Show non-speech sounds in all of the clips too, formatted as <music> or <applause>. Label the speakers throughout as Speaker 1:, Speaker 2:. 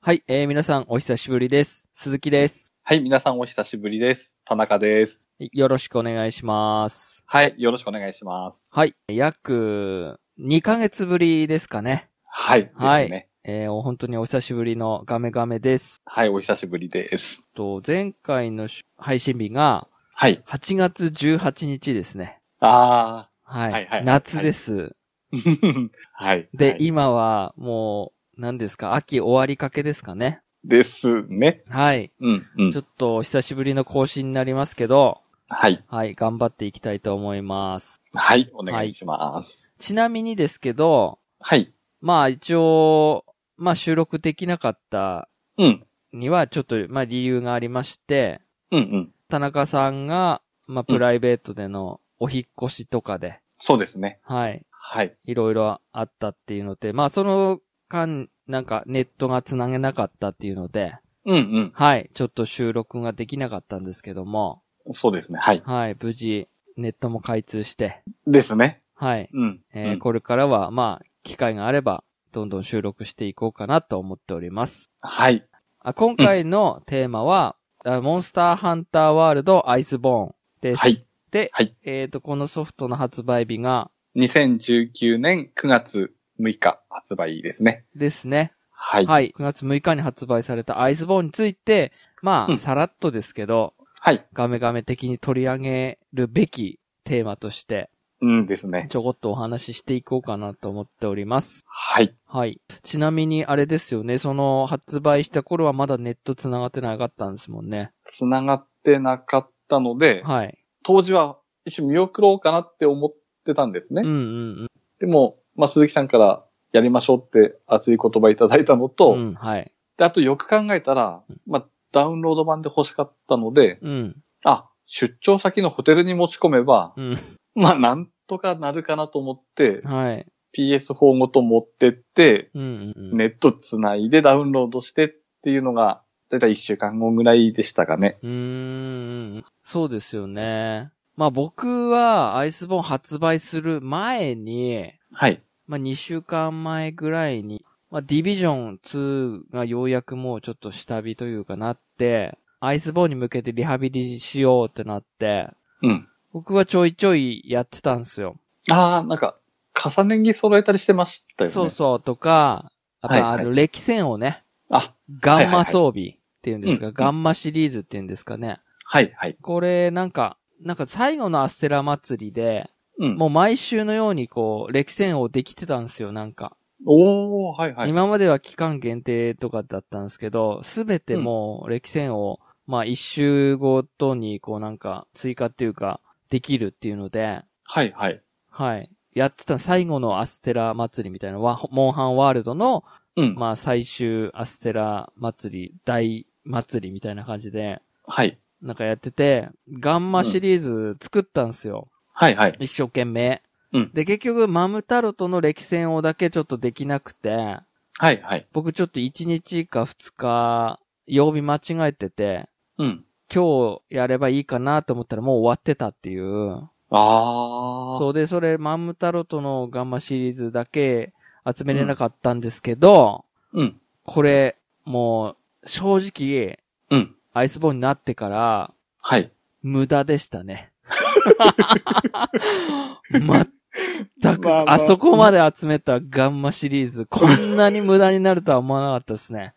Speaker 1: はい、えー、皆さんお久しぶりです。鈴木です。
Speaker 2: はい、皆さんお久しぶりです。田中です。
Speaker 1: よろしくお願いします。
Speaker 2: はい、よろしくお願いします。
Speaker 1: はい、約2ヶ月ぶりですかね。
Speaker 2: はい、
Speaker 1: はい
Speaker 2: ですね。
Speaker 1: えー、お本当にお久しぶりのガメガメです。
Speaker 2: はい、お久しぶりです。
Speaker 1: と、前回のし配信日が
Speaker 2: はい。
Speaker 1: 8月18日ですね。
Speaker 2: あ
Speaker 1: はい。
Speaker 2: はいはい
Speaker 1: 夏です。
Speaker 2: ー。 <laughs> はい。
Speaker 1: で、
Speaker 2: はい、
Speaker 1: 今はもう、何ですか、秋終わりかけですかね。
Speaker 2: ですね。
Speaker 1: はい。
Speaker 2: うん、うん
Speaker 1: ちょ。っと久しぶりの更新になりますけど、
Speaker 2: はい。
Speaker 1: はい、頑張っていきたいと思います。
Speaker 2: はい、お願いします。
Speaker 1: ちなみにですけど、
Speaker 2: はい。
Speaker 1: まあ一応、まあ収録できなかった
Speaker 2: うん、
Speaker 1: にはちょっと、まあ理由がありまして、
Speaker 2: うん、うん。
Speaker 1: 田中さんが、まあプライベートでのお引っ越しとかで、
Speaker 2: そうですね。
Speaker 1: はい、
Speaker 2: はい。
Speaker 1: いろいろあったっていうので、まあその間、なんかネットが繋げなかったっていうので、
Speaker 2: うん、
Speaker 1: はい、ちょっと収録ができなかったんですけども、
Speaker 2: うん。そうですね。はい。
Speaker 1: はい、無事、ネットも開通して、
Speaker 2: ですね。
Speaker 1: はい、
Speaker 2: うん。
Speaker 1: えー
Speaker 2: うん
Speaker 1: これからは、まあ、機会があれば、どんどん収録していこうかなと思っております。
Speaker 2: はい。
Speaker 1: あ今回のテーマは、あモンスターハンターワールドアイスボーンです。
Speaker 2: はい
Speaker 1: で、
Speaker 2: はい
Speaker 1: えっ、と、このソフトの発売日が
Speaker 2: 2019年9月6日発売ですね。
Speaker 1: ですね、
Speaker 2: はい。はい。
Speaker 1: はい、9月6日に発売されたアイスボーンについて、まあ、
Speaker 2: うん
Speaker 1: さらっとですけど、ガメガメ的に取り上げるべきテーマとして、
Speaker 2: うんですね。
Speaker 1: ちょこっとお話ししていこうかなと思っております。
Speaker 2: はい。
Speaker 1: はい。ちなみにあれですよね、その発売した頃はまだネット繋がってなかったんですもんね。
Speaker 2: 繋がってなかったので、
Speaker 1: はい。
Speaker 2: 当時は一瞬見送ろうかなって思ってたんですね。
Speaker 1: うんうん
Speaker 2: でも、まあ、鈴木さんからやりましょうって熱い言葉いただいたの
Speaker 1: う
Speaker 2: と、
Speaker 1: ん。うん、はい。
Speaker 2: であとよく考えたら、まあ、ダウンロード版で欲しかったので、
Speaker 1: うん。
Speaker 2: あ、出張先のホテルに持ち込めば、
Speaker 1: うん。
Speaker 2: まあ、なんとかなるかなと思って、
Speaker 1: はい。
Speaker 2: PS4 ごと持ってって、
Speaker 1: うんうんうん。
Speaker 2: ネット繋いでダウンロードしてっていうのが、だいたい1週間後ぐらいでしたかね。
Speaker 1: うーん。そうですよね。まあ僕はアイスボーン発売する前に、
Speaker 2: はい。
Speaker 1: まあ2週間前ぐらいに、まあディビジョン2がようやくもうちょっと下火というかなって、アイスボーンに向けてリハビリしようってなって、
Speaker 2: うん。
Speaker 1: 僕はちょいちょいやってたんですよ。
Speaker 2: ああ、なんか、重ね着揃えたりしてましたよね。
Speaker 1: そうそうとか、あと
Speaker 2: はいはい
Speaker 1: あの、歴戦をね、
Speaker 2: あ、
Speaker 1: ガンマ装備っていうんです
Speaker 2: うんう
Speaker 1: か、
Speaker 2: ん
Speaker 1: ガンマシリーズっていうんですかね。
Speaker 2: はい、はい。
Speaker 1: これなんか、なんか最後のアステラ祭りで、
Speaker 2: うん。
Speaker 1: もう毎週のようにこう、歴戦をできてたんですよ、なんか。
Speaker 2: おー、はい、はい。
Speaker 1: 今までは期間限定とかだったんですけど、すべてもう歴戦を、まあ一周ごとにこうなんか追加っていうか、できるっていうので、
Speaker 2: はい、はい。
Speaker 1: はい。やってた最後のアステラ祭りみたいな、ワモンハンワールドの、
Speaker 2: うん。
Speaker 1: まあ最終アステラ祭り、大祭りみたいな感じで、
Speaker 2: はい。
Speaker 1: なんかやってて、ガンマシリーズ作ったんですよ。
Speaker 2: はい、はい。
Speaker 1: 一生懸命。
Speaker 2: うん
Speaker 1: で、結局、マムタロトの歴戦をだけちょっとできなくて、
Speaker 2: はい、はい。
Speaker 1: 僕ちょっと1日か2日、曜日間違えてて、
Speaker 2: うん。
Speaker 1: 今日やればいいかなと思ったらもう終わってたっていう。
Speaker 2: あー。
Speaker 1: そうで、それ、マンムタロトのガンマシリーズだけ集めれなかったんですけど、
Speaker 2: うん。
Speaker 1: これ、もう、正直、
Speaker 2: うん。
Speaker 1: アイスボーンになってから、
Speaker 2: はい。 <laughs>
Speaker 1: 無駄でしたね。まったく、
Speaker 2: まあまあ
Speaker 1: あそこまで集めたガンマシリーズ、こんなに無駄になるとは思わなかったですね。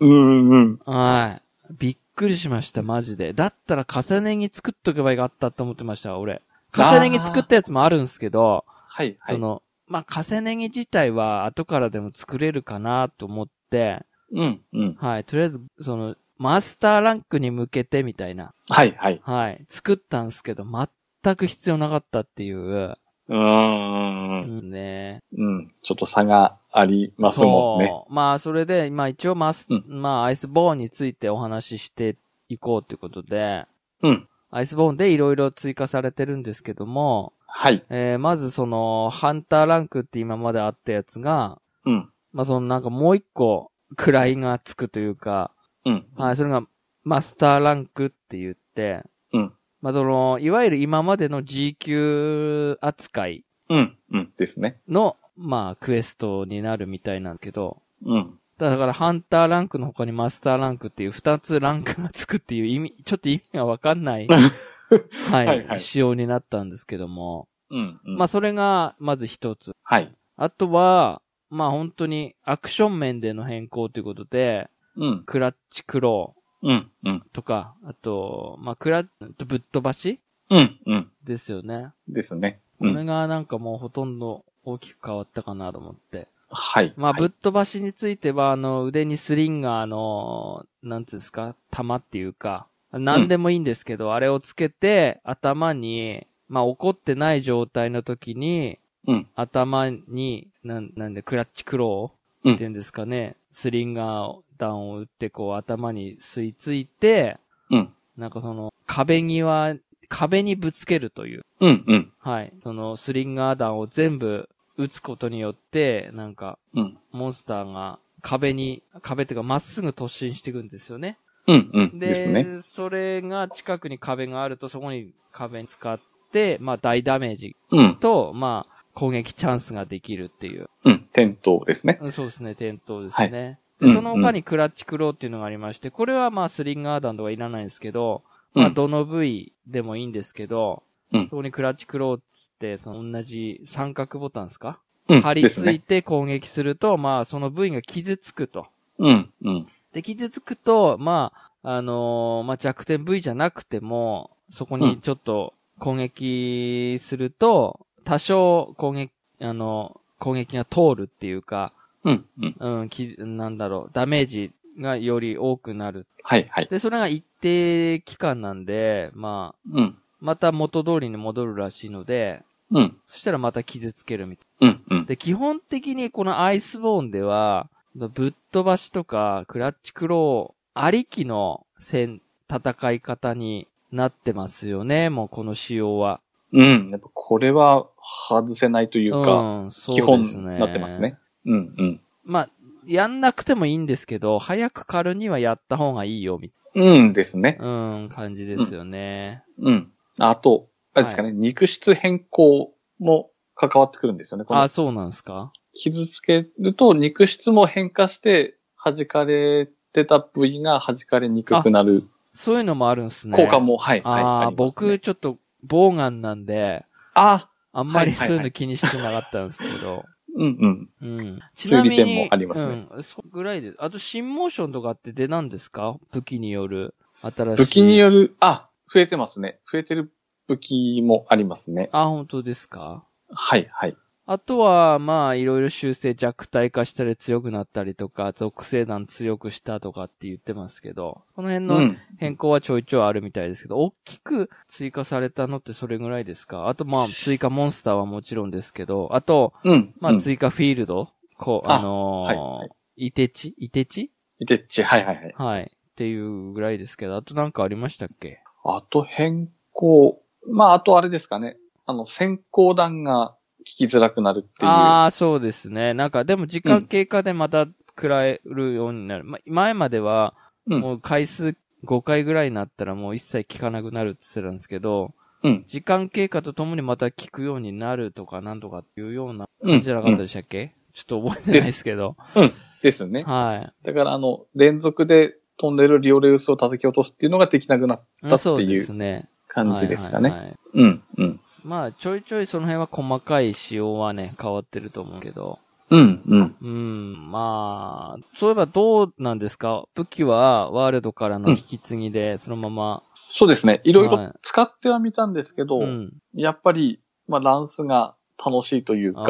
Speaker 2: うん、うん。
Speaker 1: はい。びっくりしました、マジで。だったら重ね着作っとけばよかったと思ってました、俺。重ね着作ったやつもあるんですけど、
Speaker 2: はい、は
Speaker 1: そ
Speaker 2: い。
Speaker 1: の、まあ、重ね着自体は後からでも作れるかなと思って、
Speaker 2: うん、うん。
Speaker 1: はい、とりあえず、その、マスターランクに向けてみたいな、
Speaker 2: はい、はい。
Speaker 1: はい、作ったんですけど、全く必要なかったっていう、
Speaker 2: うーん。
Speaker 1: うんね。
Speaker 2: うん。ちょっと差がありますもんね。
Speaker 1: そう。まあ、それで、まあ一応マス、
Speaker 2: うん
Speaker 1: まあ、アイスボーンについてお話ししていこうということで、
Speaker 2: うん。
Speaker 1: アイスボーンでいろいろ追加されてるんですけども、
Speaker 2: はい。
Speaker 1: えーまずその、ハンターランクって今まであったやつが、
Speaker 2: うん。
Speaker 1: まあ、そのなんかもう一個、位がつくというか、
Speaker 2: うん。
Speaker 1: はい、それがマスターランクって言って、
Speaker 2: うん。
Speaker 1: まあ、その、いわゆる今までの G 級扱い
Speaker 2: うん。うん。ですね。
Speaker 1: の、まあ、クエストになるみたいなんだけど、
Speaker 2: うん。
Speaker 1: だからハンターランクの他にマスターランクっていう二つランクがつくっていう意味、ちょっと意味がわかん
Speaker 2: <laughs>
Speaker 1: ない、はい、
Speaker 2: はいはい
Speaker 1: 仕様になったんですけども。
Speaker 2: うん、うん。
Speaker 1: まあそれがまず一つ。
Speaker 2: はい。
Speaker 1: あとは、まあ本当にアクション面での変更ということで、
Speaker 2: うん、
Speaker 1: クラッチクロ
Speaker 2: うん、うん。
Speaker 1: ーとか、あと、まあクラッ、ぶっ飛ばし
Speaker 2: うん、うん。
Speaker 1: ですよね。
Speaker 2: ですね。
Speaker 1: こ
Speaker 2: う
Speaker 1: れ
Speaker 2: ん。
Speaker 1: がなんかもうほとんど大きく変わったかなと思って。
Speaker 2: はい。
Speaker 1: まあ、
Speaker 2: はい
Speaker 1: ぶっ飛ばしについては、あの、腕にスリンガーの、なんつうんですか、玉っていうか、なんでもいいんですけど、あれをつけて、頭に、まあ、怒ってない状態の時に、
Speaker 2: うん
Speaker 1: 頭に、なん、なんで、クラッチクロ
Speaker 2: う
Speaker 1: ー
Speaker 2: ん
Speaker 1: っていうんですかね、スリンガー弾を打って、こう、頭に吸い付いて、
Speaker 2: うん
Speaker 1: なんかその、壁際、壁にぶつけるという。
Speaker 2: うん、うん、
Speaker 1: はい。そのスリンガー弾を全部撃つことによって、なんか、
Speaker 2: うん。
Speaker 1: モンスターが壁に、壁っていうかまっすぐ突進していくんですよね。
Speaker 2: うん、うん。
Speaker 1: で、
Speaker 2: ですね。
Speaker 1: それが近くに壁があると、そこに壁に使って、まあ大ダメージ
Speaker 2: うん、
Speaker 1: と、まあ攻撃チャンスができるっていう。
Speaker 2: うん。点灯ですね。
Speaker 1: うんそうですね、点灯ですね。
Speaker 2: はい
Speaker 1: でその
Speaker 2: うんう
Speaker 1: 他
Speaker 2: ん
Speaker 1: にクラッチクローっていうのがありまして、これはまあスリンガー弾とかいらないんですけど、まあ
Speaker 2: うん
Speaker 1: どの部位でもいいんですけど、
Speaker 2: うん
Speaker 1: そこにクラッチクローっつって、その同じ三角ボタンですか
Speaker 2: うん。
Speaker 1: 貼り
Speaker 2: です
Speaker 1: 付い
Speaker 2: ね。
Speaker 1: て攻撃すると、まあその部位が傷つくと。
Speaker 2: うん、うん。
Speaker 1: で、傷つくと、まあ、あのーまあ弱点部位じゃなくても、そこにちょっと攻撃すると、多少攻撃、あの、攻撃が通るっていうか、
Speaker 2: うん、うん。
Speaker 1: うん、き、なんだろう、ダメージがより多くなる。
Speaker 2: はい、はい。
Speaker 1: で、それが一定期間なんで、まあ、
Speaker 2: うん、
Speaker 1: また元通りに戻るらしいので、
Speaker 2: うん、
Speaker 1: そしたらまた傷つけるみたい。
Speaker 2: うん、うん。
Speaker 1: で、基本的にこのアイスボーンでは、ぶっ飛ばしとか、クラッチクローありきの戦、戦い方になってますよね、もうこの仕様は。
Speaker 2: うん。やっぱこれは外せないというか、
Speaker 1: ん、そ
Speaker 2: 基本になってますね。。うん、うん。
Speaker 1: まあ、やんなくてもいいんですけど、早く狩るにはやった方がいいよ、みたいな。
Speaker 2: うんですね。
Speaker 1: うん、感じですよね。
Speaker 2: うん。あと、あれですかね、肉質変更も関わってくるんですよね。こ
Speaker 1: あ、
Speaker 2: の
Speaker 1: そうなんですか
Speaker 2: 傷つけると肉質も変化して、弾かれてた部位が弾かれにくくなる
Speaker 1: そういうのもあるんですね。
Speaker 2: 効果。も、はい、はい、
Speaker 1: ああ、
Speaker 2: りますね
Speaker 1: 僕、ちょっと、ボーガンなんで、
Speaker 2: あ
Speaker 1: あんまり
Speaker 2: はいは
Speaker 1: そい
Speaker 2: いう
Speaker 1: う
Speaker 2: は
Speaker 1: の
Speaker 2: い
Speaker 1: 気にしてなかったんですけど。
Speaker 2: うんうん。
Speaker 1: うん。ちなみに。
Speaker 2: 注意点もありますね
Speaker 1: うん。そぐらいで。あと、新モーションとかって出なんですか武器による、新しい。
Speaker 2: 武器に
Speaker 1: る。
Speaker 2: よる、あ、増えてますね。増えてる武器もありますね。
Speaker 1: あ、本当ですか
Speaker 2: はい、はい。
Speaker 1: あとは、まあ、いろいろ修正弱体化したり強くなったりとか、属性弾強くしたとかって言ってますけど、この辺
Speaker 2: う
Speaker 1: の
Speaker 2: ん。
Speaker 1: 変更はちょいちょいあるみたいですけど、大きく追加されたのってそれぐらいですかあとまあ追加モンスターはもちろんですけど、あと、
Speaker 2: うん。
Speaker 1: まあ
Speaker 2: うん、
Speaker 1: 追加フィールド、こう、
Speaker 2: あ
Speaker 1: あのー
Speaker 2: はいはい
Speaker 1: いてちいてち
Speaker 2: イテッチ、はい、はい、はい。
Speaker 1: はい。っていうぐらいですけど、あとなんかありましたっけ
Speaker 2: あと変更。まあ、あとあれですかね。あの、先行弾が聞きづらくなるっていう。
Speaker 1: ああ、そうですね。なんかでも時間経過でまた食らえるようになる。ま、前までは、
Speaker 2: うん
Speaker 1: もう回数5回ぐらいになったらもう一切聞かなくなるって言ってたんですけど、
Speaker 2: うん
Speaker 1: 時間経過とともにまた聞くようになるとかなんとかっていうような
Speaker 2: うん
Speaker 1: 感じじゃなかったでしたっけ、ちょっと覚えてないですけど。
Speaker 2: <laughs> ですね。
Speaker 1: は
Speaker 2: だから、あの、連続で飛んでるリオレウスを叩き落とすっていうのができなくなった
Speaker 1: い。
Speaker 2: だってい
Speaker 1: そ
Speaker 2: う
Speaker 1: うですね。
Speaker 2: 感じですか
Speaker 1: は
Speaker 2: ね。
Speaker 1: いはいはい
Speaker 2: うん、うん。
Speaker 1: まあ、ちょいちょいその辺は細かい仕様はね、変わってると思うけど。
Speaker 2: うん、うん。
Speaker 1: うん、まあ、そういえばどうなんですか武器はワールドからの引き継ぎで、そのまま。
Speaker 2: そうですね。いろい
Speaker 1: はい
Speaker 2: ろ使ってはみたんですけど、
Speaker 1: うん。
Speaker 2: やっぱり、まあ、ランスが楽しいというか、
Speaker 1: あ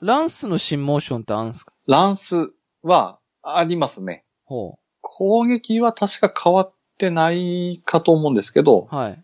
Speaker 1: ーランスの新モーションってあるんですか
Speaker 2: ランスはありますね。
Speaker 1: ほ
Speaker 2: 攻撃は確か変わってないかと思うんですけど
Speaker 1: う。、はい。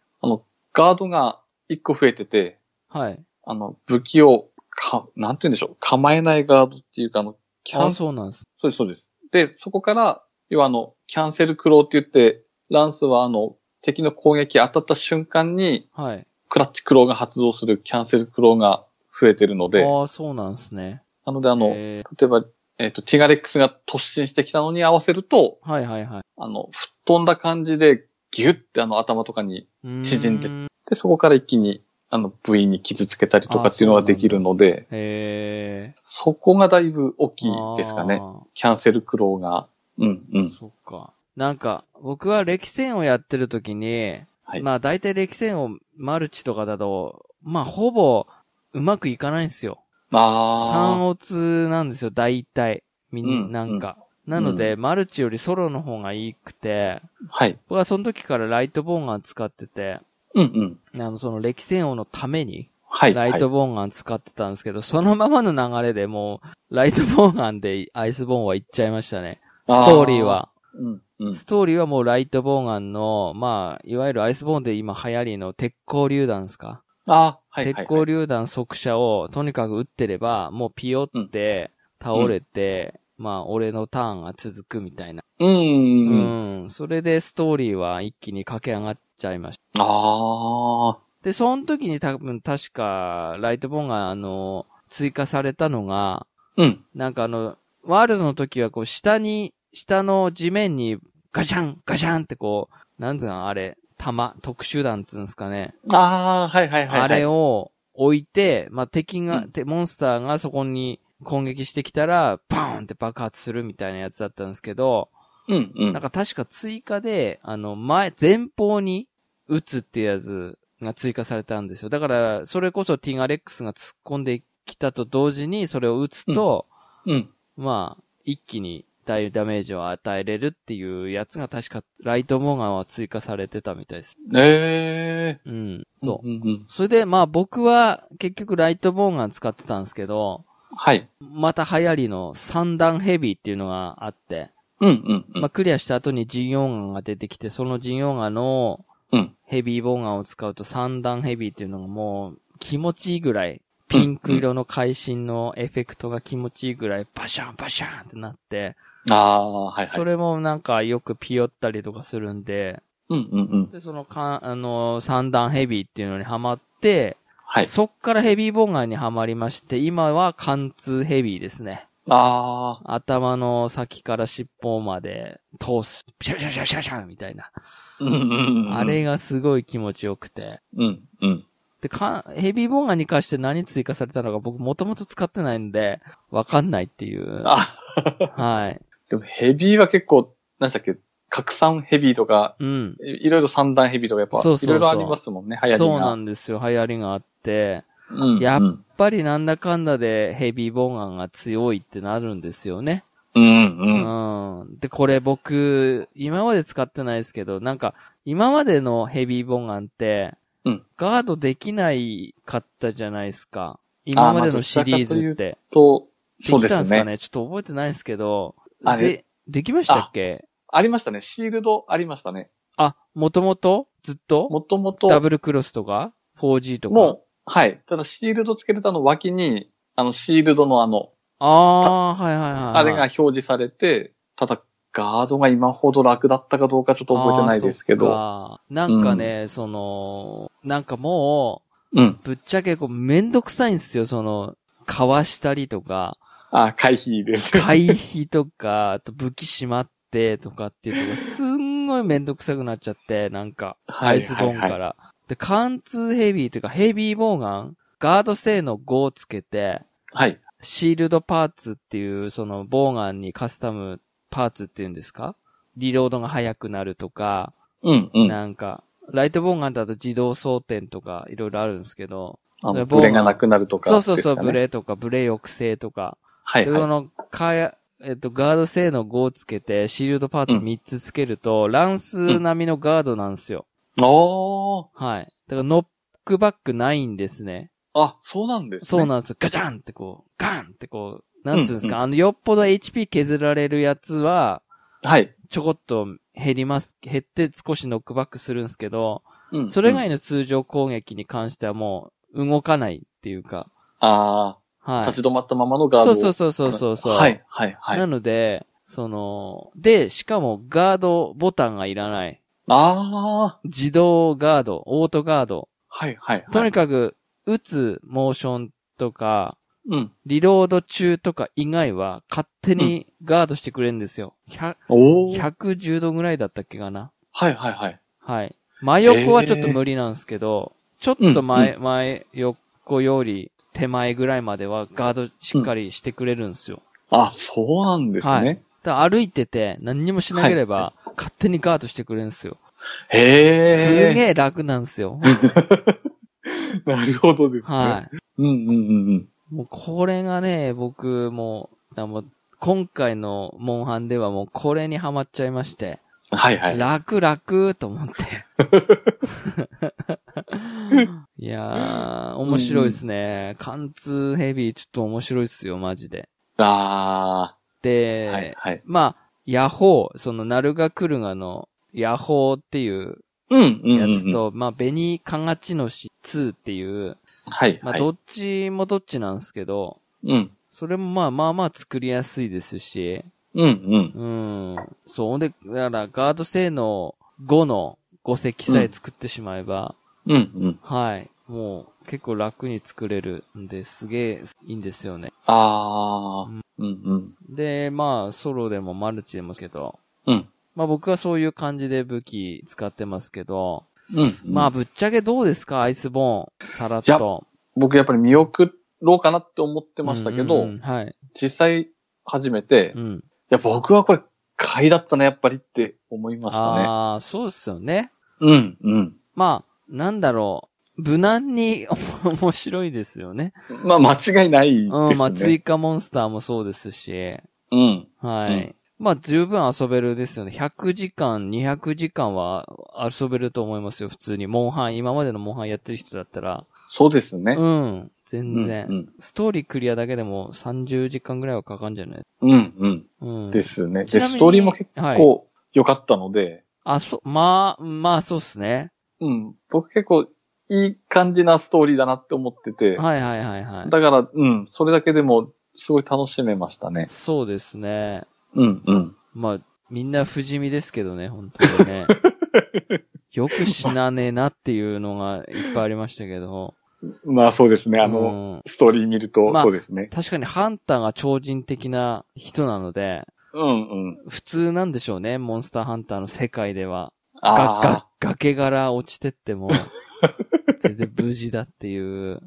Speaker 2: ガードが一個増えてて、
Speaker 1: はい。
Speaker 2: あの、武器をか、なんて言うんでしょう、構えないガードっていうか、あの、キャ
Speaker 1: あ
Speaker 2: ン、
Speaker 1: そうなんです。
Speaker 2: そうです、そうです。で、そこから、要はあの、キャンセルクローって言って、ランスはあの、敵の攻撃当たった瞬間に、
Speaker 1: はい。
Speaker 2: クラッチクローが発動するキャンセルクローが増えてるので、
Speaker 1: ああ、そうなんですね。
Speaker 2: なのであの、
Speaker 1: えー
Speaker 2: 例えば、えっ、と、ティガレックスが突進してきたのに合わせると、
Speaker 1: はいはいはい。
Speaker 2: あの、吹っ飛んだ感じで、ギュッてあの頭とかに、
Speaker 1: うーん
Speaker 2: 縮んでで、そこから一気にあの、部位に傷つけたりとかっていうの
Speaker 1: あ
Speaker 2: は
Speaker 1: そうなんだ
Speaker 2: できるので、
Speaker 1: へえ。
Speaker 2: そこがだいぶ大きいですかね。
Speaker 1: あ
Speaker 2: キャンセル苦労が。うん、
Speaker 1: ー。
Speaker 2: うん。
Speaker 1: そっか。なんか、僕は歴戦をやってる時に、
Speaker 2: はい。
Speaker 1: まあ大体歴戦をマルチとかだと、まあほぼうまくいかないんですよ。3
Speaker 2: あ
Speaker 1: オツなんですよ、大体。み
Speaker 2: うん
Speaker 1: んな、んか。なので、マルチよりソロの方がいいくて、
Speaker 2: あ。はい。
Speaker 1: 僕はその時からライトボーンガン使ってて、
Speaker 2: うん、うん。
Speaker 1: あの、その歴戦王のために、
Speaker 2: はい。
Speaker 1: ライト
Speaker 2: はい
Speaker 1: ボーンガン使ってたんですけど、そのままの流れでもう、ライトボーンガンでアイスボーンは行っちゃいましたね。ストーリーは。
Speaker 2: うん、うん。
Speaker 1: ストーリーはもうライトボーンガンの、まあ、いわゆるアイスボーンで今流行りの鉄鋼榴弾ですか
Speaker 2: ああ、はい。はい
Speaker 1: 鉄鋼榴弾速射をとにかく撃ってれば、もうピヨって倒れて、まあ俺のターンが続くみたいな。
Speaker 2: はいうん
Speaker 1: う
Speaker 2: うん。
Speaker 1: ん。それでストーリーは一気に駆け上がっちゃいました。
Speaker 2: ああ。
Speaker 1: で、その時に多分確か、ライトボーンがあの、追加されたのが、
Speaker 2: うん。
Speaker 1: なんかあの、ワールドの時はこう下に、下の地面にガシャン、ガシャンってこう、なんつうのあれ、弾、特殊弾っつうんですかね。
Speaker 2: ああ、はいはいはいはい。
Speaker 1: あれ
Speaker 2: を。
Speaker 1: を置いて、まあ、敵が、
Speaker 2: うん
Speaker 1: てモンスターがそこに攻撃してきたら、バーンって爆発するみたいなやつだったんですけど、
Speaker 2: うんうん。
Speaker 1: なんか確か追加で、あの、前、前方に撃つっていうやつが追加されたんですよ。だから、それこそティガレックスが突っ込んできたと同時に、それを撃つと、
Speaker 2: うん。
Speaker 1: まあ、一気に大ダメージを与えれるっていうやつが確か、ライトモーガンは追加されてたみたいです。
Speaker 2: ええ
Speaker 1: うん、そう。
Speaker 2: うんうん。
Speaker 1: それで、まあ僕は結局ライトボーンガン使ってたんですけど、
Speaker 2: はい。
Speaker 1: また流行りの三段ヘビーっていうのがあって、
Speaker 2: うんうんうん。
Speaker 1: まあクリアした後にジンヨーガンが出てきて、そのジンヨーガンの
Speaker 2: うん
Speaker 1: ヘビーボーンガンを使うと三段ヘビーっていうのがもう気持ちいいぐらい、ピンク色の会心のエフェクトが気持ちいいぐらいバシャンバシャンってなって、
Speaker 2: ああ、はいはい。
Speaker 1: それもなんかよくピヨったりとかするんで、
Speaker 2: うんうんうん。
Speaker 1: で、そのか、あの、三段ヘビーっていうのにハマって、
Speaker 2: はい。
Speaker 1: そっからヘビーボーガンにはまりまして、今は貫通ヘビーですね。
Speaker 2: あ
Speaker 1: 頭の先から尻尾まで通す。ピシャピシャピシャピシャピシャみたいな。
Speaker 2: あ。うんうんうん。
Speaker 1: あれがすごい気持ちよくて。
Speaker 2: うんうん。
Speaker 1: で、か、ヘビーボーガンに関して何追加されたのか僕もともと使ってないんで、わかんないっていう。
Speaker 2: あ、
Speaker 1: はい。
Speaker 2: でもヘビーは結構、何でしたっけ、拡散ヘビーとか、
Speaker 1: うん。
Speaker 2: いいろいろ三段ヘビーとかやっぱ、
Speaker 1: そうそうそう
Speaker 2: いろいろありますもんね、流行りが。
Speaker 1: そうなんんですよ。流行りがあって。
Speaker 2: うん。
Speaker 1: やっ
Speaker 2: うん
Speaker 1: やっぱりなんだかんだでヘビーボーガンが強いってなるんですよね。
Speaker 2: うんうん。
Speaker 1: うん。で、これ僕、今まで使ってないですけど、なんか、今までのヘビーボンガンって、
Speaker 2: うん
Speaker 1: ガードできないかったじゃないですか。今までのシリーズって。
Speaker 2: と、
Speaker 1: で
Speaker 2: そう
Speaker 1: き
Speaker 2: で
Speaker 1: たん
Speaker 2: す
Speaker 1: ですか
Speaker 2: ね。
Speaker 1: ねちょっと覚えてないですけど。
Speaker 2: あれ
Speaker 1: で、できましたっけ
Speaker 2: ありましたね。シールドありましたね。
Speaker 1: あ、もともとずっと
Speaker 2: もとも
Speaker 1: ダ
Speaker 2: と、
Speaker 1: ブルクロスとか ?4G とか
Speaker 2: もう、はい。ただシールドつけてたの脇に、あの、シールドのあの、
Speaker 1: ああ、はいはいはいはい。
Speaker 2: あれが表示されて、ただ、ガードが今ほど楽だったかどうかちょっと覚えてないですけど。
Speaker 1: あー。そっかなんかね、その、なんかもう、
Speaker 2: うん。
Speaker 1: ぶっちゃけこうめんどくさいんですよ、その、かわしたりと
Speaker 2: <laughs>
Speaker 1: か、
Speaker 2: あ、回避です。
Speaker 1: 回避とか、あと武器しまってとかっていうのがすんごいめんどくさくなっちゃって、なんか、
Speaker 2: は
Speaker 1: ア
Speaker 2: い
Speaker 1: イスボーンか
Speaker 2: は
Speaker 1: ら。
Speaker 2: いはい
Speaker 1: で、貫通ヘビーというかヘビーボーガン、ガード性能5をつけて、
Speaker 2: はい。
Speaker 1: シールドパーツっていう、その、ボーガンにカスタムパーツっていうんですかリロードが速くなるとか、
Speaker 2: うんうん。あ
Speaker 1: なんか、ライトボーガンだと自動装填とかいろいろあるんですけど、
Speaker 2: の、
Speaker 1: ボーン
Speaker 2: ブレがなくなるとか、
Speaker 1: そうそうそう、
Speaker 2: ですかね
Speaker 1: ブ。レとか、ブレ抑制とか。
Speaker 2: はい
Speaker 1: で、
Speaker 2: は
Speaker 1: こ
Speaker 2: い。
Speaker 1: の、かや、えっと、ガード性能5をつけて、シールドパーツ
Speaker 2: うん
Speaker 1: 3つつけると、ランス並みのガードなんですよ。
Speaker 2: おー。
Speaker 1: はい。だから、ノックバックないんですね。
Speaker 2: あ、そうなんですね。
Speaker 1: そうんなんですよ。ガチャンってこう、ガンってこう、なんつうんですか、
Speaker 2: う
Speaker 1: あの、よっぽど HP 削られるやつは、
Speaker 2: はい。
Speaker 1: ちょこっと減ります、減って少しノックバックするんですけど、
Speaker 2: うんうん
Speaker 1: それ以外の通常攻撃に関してはもう、動かないっていうか、
Speaker 2: ああ、
Speaker 1: はい。
Speaker 2: 立ち止まったままのガード
Speaker 1: そ
Speaker 2: を
Speaker 1: うそうそうそうそうそう。
Speaker 2: はい、はい、はい。
Speaker 1: な
Speaker 2: あ
Speaker 1: ので、その、で、しかもガードボタンがいらない。
Speaker 2: あ
Speaker 1: 自動ガード、オートガード。
Speaker 2: ー、はい、はい。
Speaker 1: とに
Speaker 2: か
Speaker 1: かく、打つモーションとか、
Speaker 2: く、うん。
Speaker 1: リロード中とか以外は勝手にガードしてくれるんですよ。100
Speaker 2: おー。
Speaker 1: 110度ぐらいだったっけかな。
Speaker 2: はい、はい、はい。
Speaker 1: はい。真横はちょっと無理なんですけど、ちょっと前、前、横より手前ぐらいまではガードしっかりしてくれるんですよ。
Speaker 2: あ、そうなんですね。
Speaker 1: はいだから歩いてて何にもしなければ勝手にガードしてくれるんですよ。
Speaker 2: へえ。
Speaker 1: すげえ楽なんですよ。
Speaker 2: なるほどですね。。
Speaker 1: はい
Speaker 2: うんうんうんうん。
Speaker 1: い。もうこれがね、僕もう、だからもう今回のモンハンではもうこれにハマっちゃいまして、
Speaker 2: はいはい。
Speaker 1: 楽楽と思って。 <laughs> いやー、面白いですね。貫通ヘビーちょっと面白いですよ、マジで。
Speaker 2: あ
Speaker 1: で、
Speaker 2: ー。はいはい。
Speaker 1: まあ、ヤホー、その、ナルガクルガの、ヤホーっていう
Speaker 2: うんうんうんう
Speaker 1: や
Speaker 2: ん。
Speaker 1: つと、まあ、ベニカガチノシ2っていう、
Speaker 2: はい
Speaker 1: ま
Speaker 2: は
Speaker 1: あ、
Speaker 2: い。
Speaker 1: どっちもどっちなんですけど、
Speaker 2: うん。
Speaker 1: それもまあまあまあ作りやすいですし、
Speaker 2: うんうん。
Speaker 1: うん。そう。ほんで、だから、ガード性能5の5石さえ作ってしまえば、
Speaker 2: うんうん。
Speaker 1: はい。もう、結構楽に作れるんで、すげえ、いいんですよね。
Speaker 2: あ
Speaker 1: うん
Speaker 2: ー。うんうん。
Speaker 1: で、まあ、ソロでもマルチでもですけど、
Speaker 2: うん。
Speaker 1: まあ僕はそういう感じで武器使ってますけど、
Speaker 2: うんうん。
Speaker 1: まあ、ぶっちゃけどうですかアイスボーン、さらっと。
Speaker 2: 僕やっぱり見送ろうかなって思ってましたけど、
Speaker 1: うんうんうんはい。
Speaker 2: 実際始めて、
Speaker 1: う
Speaker 2: い
Speaker 1: ん。
Speaker 2: や、僕はこれ、買いだったね、やっぱりって思いましたね。
Speaker 1: ああ、そうですよね。
Speaker 2: うん、うん。
Speaker 1: まあ、なんだろう。無難に面白いですよね。
Speaker 2: まあ、間違いないですね。
Speaker 1: うん、まあ、追加モンスターもそうですし、
Speaker 2: うん。
Speaker 1: はい。
Speaker 2: うん
Speaker 1: まあ、十分遊べるですよね。100時間、200時間は遊べると思いますよ、普通に。モンハン、今までのモンハンやってる人だったら。
Speaker 2: そうですね。
Speaker 1: うん、全然。
Speaker 2: うん、
Speaker 1: ストーリークリアだけでも30時間ぐらいはかかるんじゃない
Speaker 2: うん、うん。
Speaker 1: うん。
Speaker 2: ですね。
Speaker 1: ち
Speaker 2: で、
Speaker 1: なみに
Speaker 2: ストーリーも結
Speaker 1: はい。
Speaker 2: 構良かったので、
Speaker 1: あ、そ、まあ、まあ、そうっすね。
Speaker 2: うん。僕結構、いい感じなストーリーだなって思ってて、
Speaker 1: はいはいはいはい。
Speaker 2: だから、うん、それだけでも、すごい楽しめましたね。
Speaker 1: そうですね。
Speaker 2: うん、うん。
Speaker 1: まあ、みんな不死身ですけどね、本当に
Speaker 2: <laughs>
Speaker 1: ね。よく死なねえなっていうのがいっぱいありましたけど。
Speaker 2: まあ、そうですね。あの、
Speaker 1: うん
Speaker 2: ストーリー見ると、
Speaker 1: まあ
Speaker 2: そうですね。
Speaker 1: 確かにハンターが超人的な人なので、
Speaker 2: うん、うん。
Speaker 1: 普通なんでしょうね、モンスターハンターの世界では。が、
Speaker 2: ああ。
Speaker 1: が、崖から落ちてって
Speaker 2: <laughs>
Speaker 1: も、全然無事だっていう。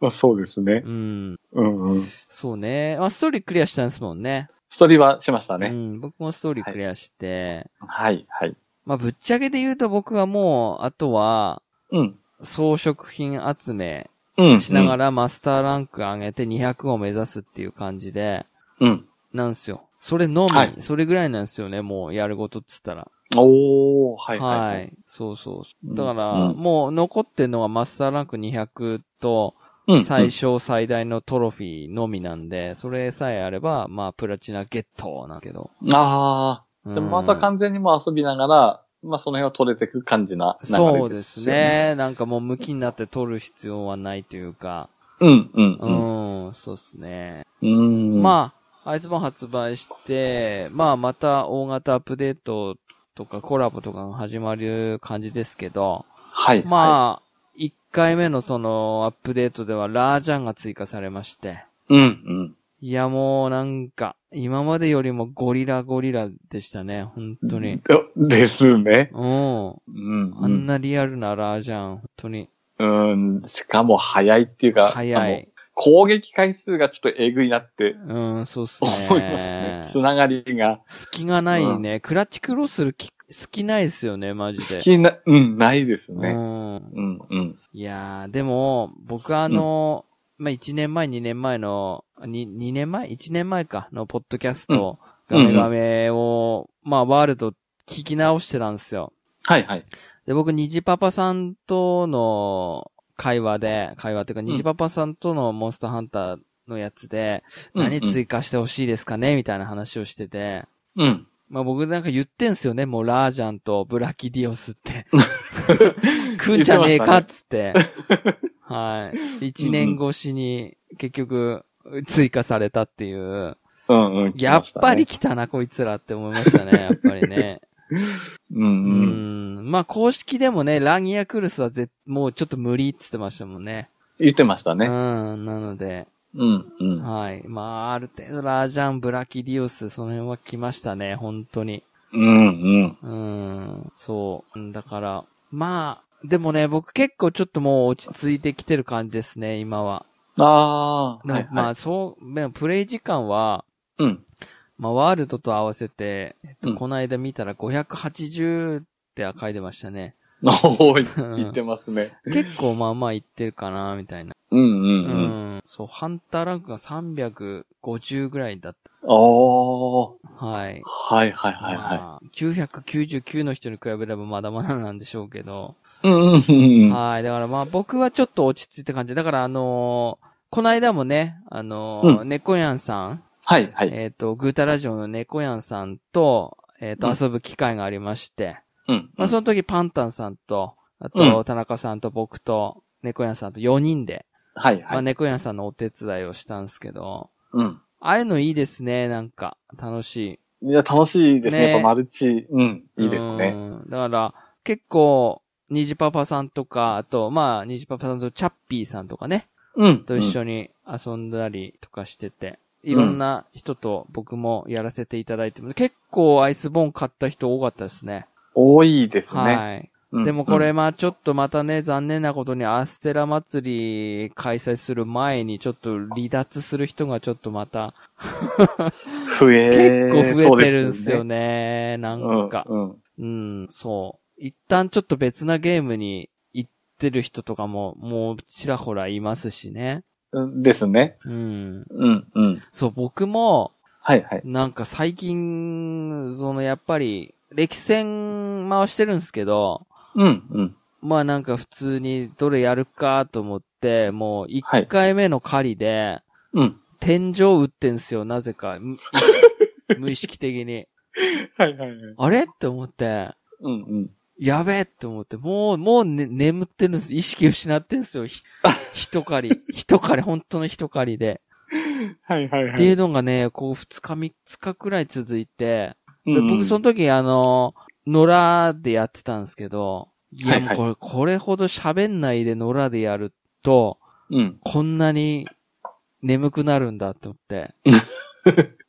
Speaker 2: まあ、そうですね。
Speaker 1: うん。
Speaker 2: うんうん。
Speaker 1: そうね。まあ、ストーリークリアしたんですもんね。
Speaker 2: ストーリーはしました
Speaker 1: う
Speaker 2: ね。
Speaker 1: ん。僕もストーリークリアして、
Speaker 2: はい、はい。
Speaker 1: まあ、ぶっちゃけで言うと僕はもう、あとは、
Speaker 2: うん。
Speaker 1: 装飾品集め
Speaker 2: うん。
Speaker 1: しなが
Speaker 2: ら。
Speaker 1: らマスターランク上げて200を目指すっていう感じで、
Speaker 2: うん。
Speaker 1: なんですよ。それのみ、
Speaker 2: はい
Speaker 1: それぐらいなんですよね、もうやることっつったら。
Speaker 2: おー、はい、
Speaker 1: はい、
Speaker 2: はい。はい、
Speaker 1: そうそうそうう。
Speaker 2: ん
Speaker 1: だから、
Speaker 2: うん
Speaker 1: もう残ってんのはマスターランク200と、
Speaker 2: うんうん。
Speaker 1: 最小最大のトロフィーのみなんで、それさえあれば、まあ、プラチナゲットなんだけど。
Speaker 2: あ
Speaker 1: う
Speaker 2: あ。
Speaker 1: ん
Speaker 2: でも、また完全にもう遊びながら、まあ、その辺を取れていく感じな流れですよ、
Speaker 1: そうです。ね。なんかもう向きになって取る必要はないというか。
Speaker 2: うん、うん、
Speaker 1: う
Speaker 2: うん。
Speaker 1: ん、そうですね。
Speaker 2: うん。
Speaker 1: まあ、アイスボーン発売して、まあまた大型アップデートとかコラボとかが始まる感じですけど、
Speaker 2: あ。はい。あ。
Speaker 1: まあ、1回目のそのアップデートではラージャンが追加されまして、
Speaker 2: うん、
Speaker 1: いやもうなんか、今までよりもゴリラゴリラでしたね、本
Speaker 2: うん。
Speaker 1: 当に。。
Speaker 2: ですね。
Speaker 1: うん。
Speaker 2: うん。
Speaker 1: あんなリアルなラージャン、本当に。
Speaker 2: うん。うん。しかも、早いっていうか、
Speaker 1: 早
Speaker 2: あの
Speaker 1: い。
Speaker 2: 攻撃回数がちょっとえぐいなって
Speaker 1: うん、そうっす
Speaker 2: 思
Speaker 1: ね。
Speaker 2: いますね。つながりが。
Speaker 1: 隙がないね。クラッチクロスするき隙ないですよね、マジで。
Speaker 2: 好きな、うん、ないです
Speaker 1: う
Speaker 2: ね。
Speaker 1: ん。
Speaker 2: うん、うん。
Speaker 1: いやー、でも、僕はあの、まあ、1年前、2年前の、に 2, 年前 ?1 年前かのポッドキャスト、
Speaker 2: うん
Speaker 1: ガメガメを、まあ、ワールド聞き直してたんですよ。
Speaker 2: はい、はい。
Speaker 1: で、僕、ニジパパさんとの会話で、会話っていうか、ニジパパさんとのモンスターハンターのやつで、何追加してほしいですかねみたいな話をしてて、
Speaker 2: うん。
Speaker 1: まあ僕なんか言ってんすよね、もうラージャンとブラキディオスって。 <laughs> 食うんじゃねえかっつって。はい。一年越しに結局追加されたっていう。
Speaker 2: うんうん。
Speaker 1: やっぱり
Speaker 2: 来
Speaker 1: 来たな、こいつらって思いましたね、やっぱりね。
Speaker 2: ましたね。う
Speaker 1: うん
Speaker 2: うん。
Speaker 1: ん。まあ公式でもね、ラギアクルスはぜもうちょっと無理っつってましたもんね。
Speaker 2: 言ってました
Speaker 1: う
Speaker 2: ね。
Speaker 1: ん。なので、
Speaker 2: うんうん。
Speaker 1: はい。まあある程度ラージャン、ブラキディオス、その辺は来ましたね、本当に。
Speaker 2: うんうん。
Speaker 1: うーん、そう。だから、まあ、でもね、僕結構ちょっともう落ち着いてきてる感じですね、今は。
Speaker 2: ああ。
Speaker 1: でも、
Speaker 2: はいはい
Speaker 1: まあ、そう、でもプレイ時間は、
Speaker 2: うん。 <laughs>
Speaker 1: まあ、ワールドと合わせて、えっと
Speaker 2: うん
Speaker 1: この間見たら580って書いてましたね。
Speaker 2: おーい、
Speaker 1: うん
Speaker 2: 言ってますね。
Speaker 1: 結構まあまあいってるかな、みたいな。
Speaker 2: うんう
Speaker 1: うん
Speaker 2: うん。
Speaker 1: ん。そう、ハンターランクが350ぐらいだっ
Speaker 2: おー。
Speaker 1: た。はい。
Speaker 2: はいはいはいは
Speaker 1: まあ999の人に比べればまだまだなんでしょうけど。
Speaker 2: い。うんうんうんうん。
Speaker 1: はい。だからまあ僕はちょっと落ち着いた感じ。だからあのーこの間もね、あのー、猫やんさん、
Speaker 2: はいはい。
Speaker 1: えっ、と、グータラジオの猫やんさんと、えっ、
Speaker 2: うん
Speaker 1: と、遊ぶ機会がありまして、
Speaker 2: うん。
Speaker 1: まあその時パンタンさんと、あ
Speaker 2: う
Speaker 1: と、田中さんと僕と、猫やんさんと4人で、
Speaker 2: はい
Speaker 1: ま
Speaker 2: は
Speaker 1: あ
Speaker 2: い。
Speaker 1: 猫やんさんのお手伝いをしたんですけど、
Speaker 2: うん。
Speaker 1: ああいうのいいですね、なんか、楽しい。
Speaker 2: いや、楽しいですね。
Speaker 1: ね
Speaker 2: やっぱマルチ。うん。いいです
Speaker 1: う
Speaker 2: ね。
Speaker 1: ん。だから、結構、ニジパパさんとか、あと、まあ、ニジパパさんとチャッピーさんとかね、
Speaker 2: うん。
Speaker 1: と一緒
Speaker 2: に。
Speaker 1: に遊んだりとかしてて、いろんな人と僕もやらせていただいて、結構アイスボーン買った人多かったですね。
Speaker 2: 多いですね。
Speaker 1: はい。
Speaker 2: うん
Speaker 1: でもこれ、、まあちょっとまたね、残念なことにアステラ祭り開催する前にちょっと離脱する人がちょっとまた
Speaker 2: うん増え、
Speaker 1: 結構増えてるんで
Speaker 2: そう
Speaker 1: すよね。な
Speaker 2: ね。うん
Speaker 1: んか、
Speaker 2: うん。
Speaker 1: うん、そう。一旦ちょっと別なゲームに行ってる人とかも、もうちらほらいますしね。
Speaker 2: うんですね。
Speaker 1: うん。
Speaker 2: うん、うん。
Speaker 1: そう、僕も、
Speaker 2: はい、はい。
Speaker 1: なんか最近、そのやっぱり、歴戦回してるんですけど、
Speaker 2: うん、うん。
Speaker 1: まあなんか普通にどれやるかと思って、もう1回目の狩りで、
Speaker 2: うん。
Speaker 1: 天井打ってんすよ、なぜか。無無意識 <laughs> 的に。
Speaker 2: はい、はい、はい。
Speaker 1: あれって思って、
Speaker 2: うん、うん。
Speaker 1: やべえって思って、もう、もう、ね、眠ってるんです。意識失ってんすよ。ひ一狩り。一狩り、本当の一狩りで。
Speaker 2: はい、はい、は
Speaker 1: っていうのがね、こう、二日三日くらい続いて、で
Speaker 2: うん
Speaker 1: 僕その時、あの、野良でやってたんですけど、いや、
Speaker 2: はい
Speaker 1: も
Speaker 2: は
Speaker 1: う
Speaker 2: い
Speaker 1: これ、これほど喋んないで野良でやると、
Speaker 2: うん。
Speaker 1: こんなに眠くなるんだって思
Speaker 2: <laughs>
Speaker 1: って。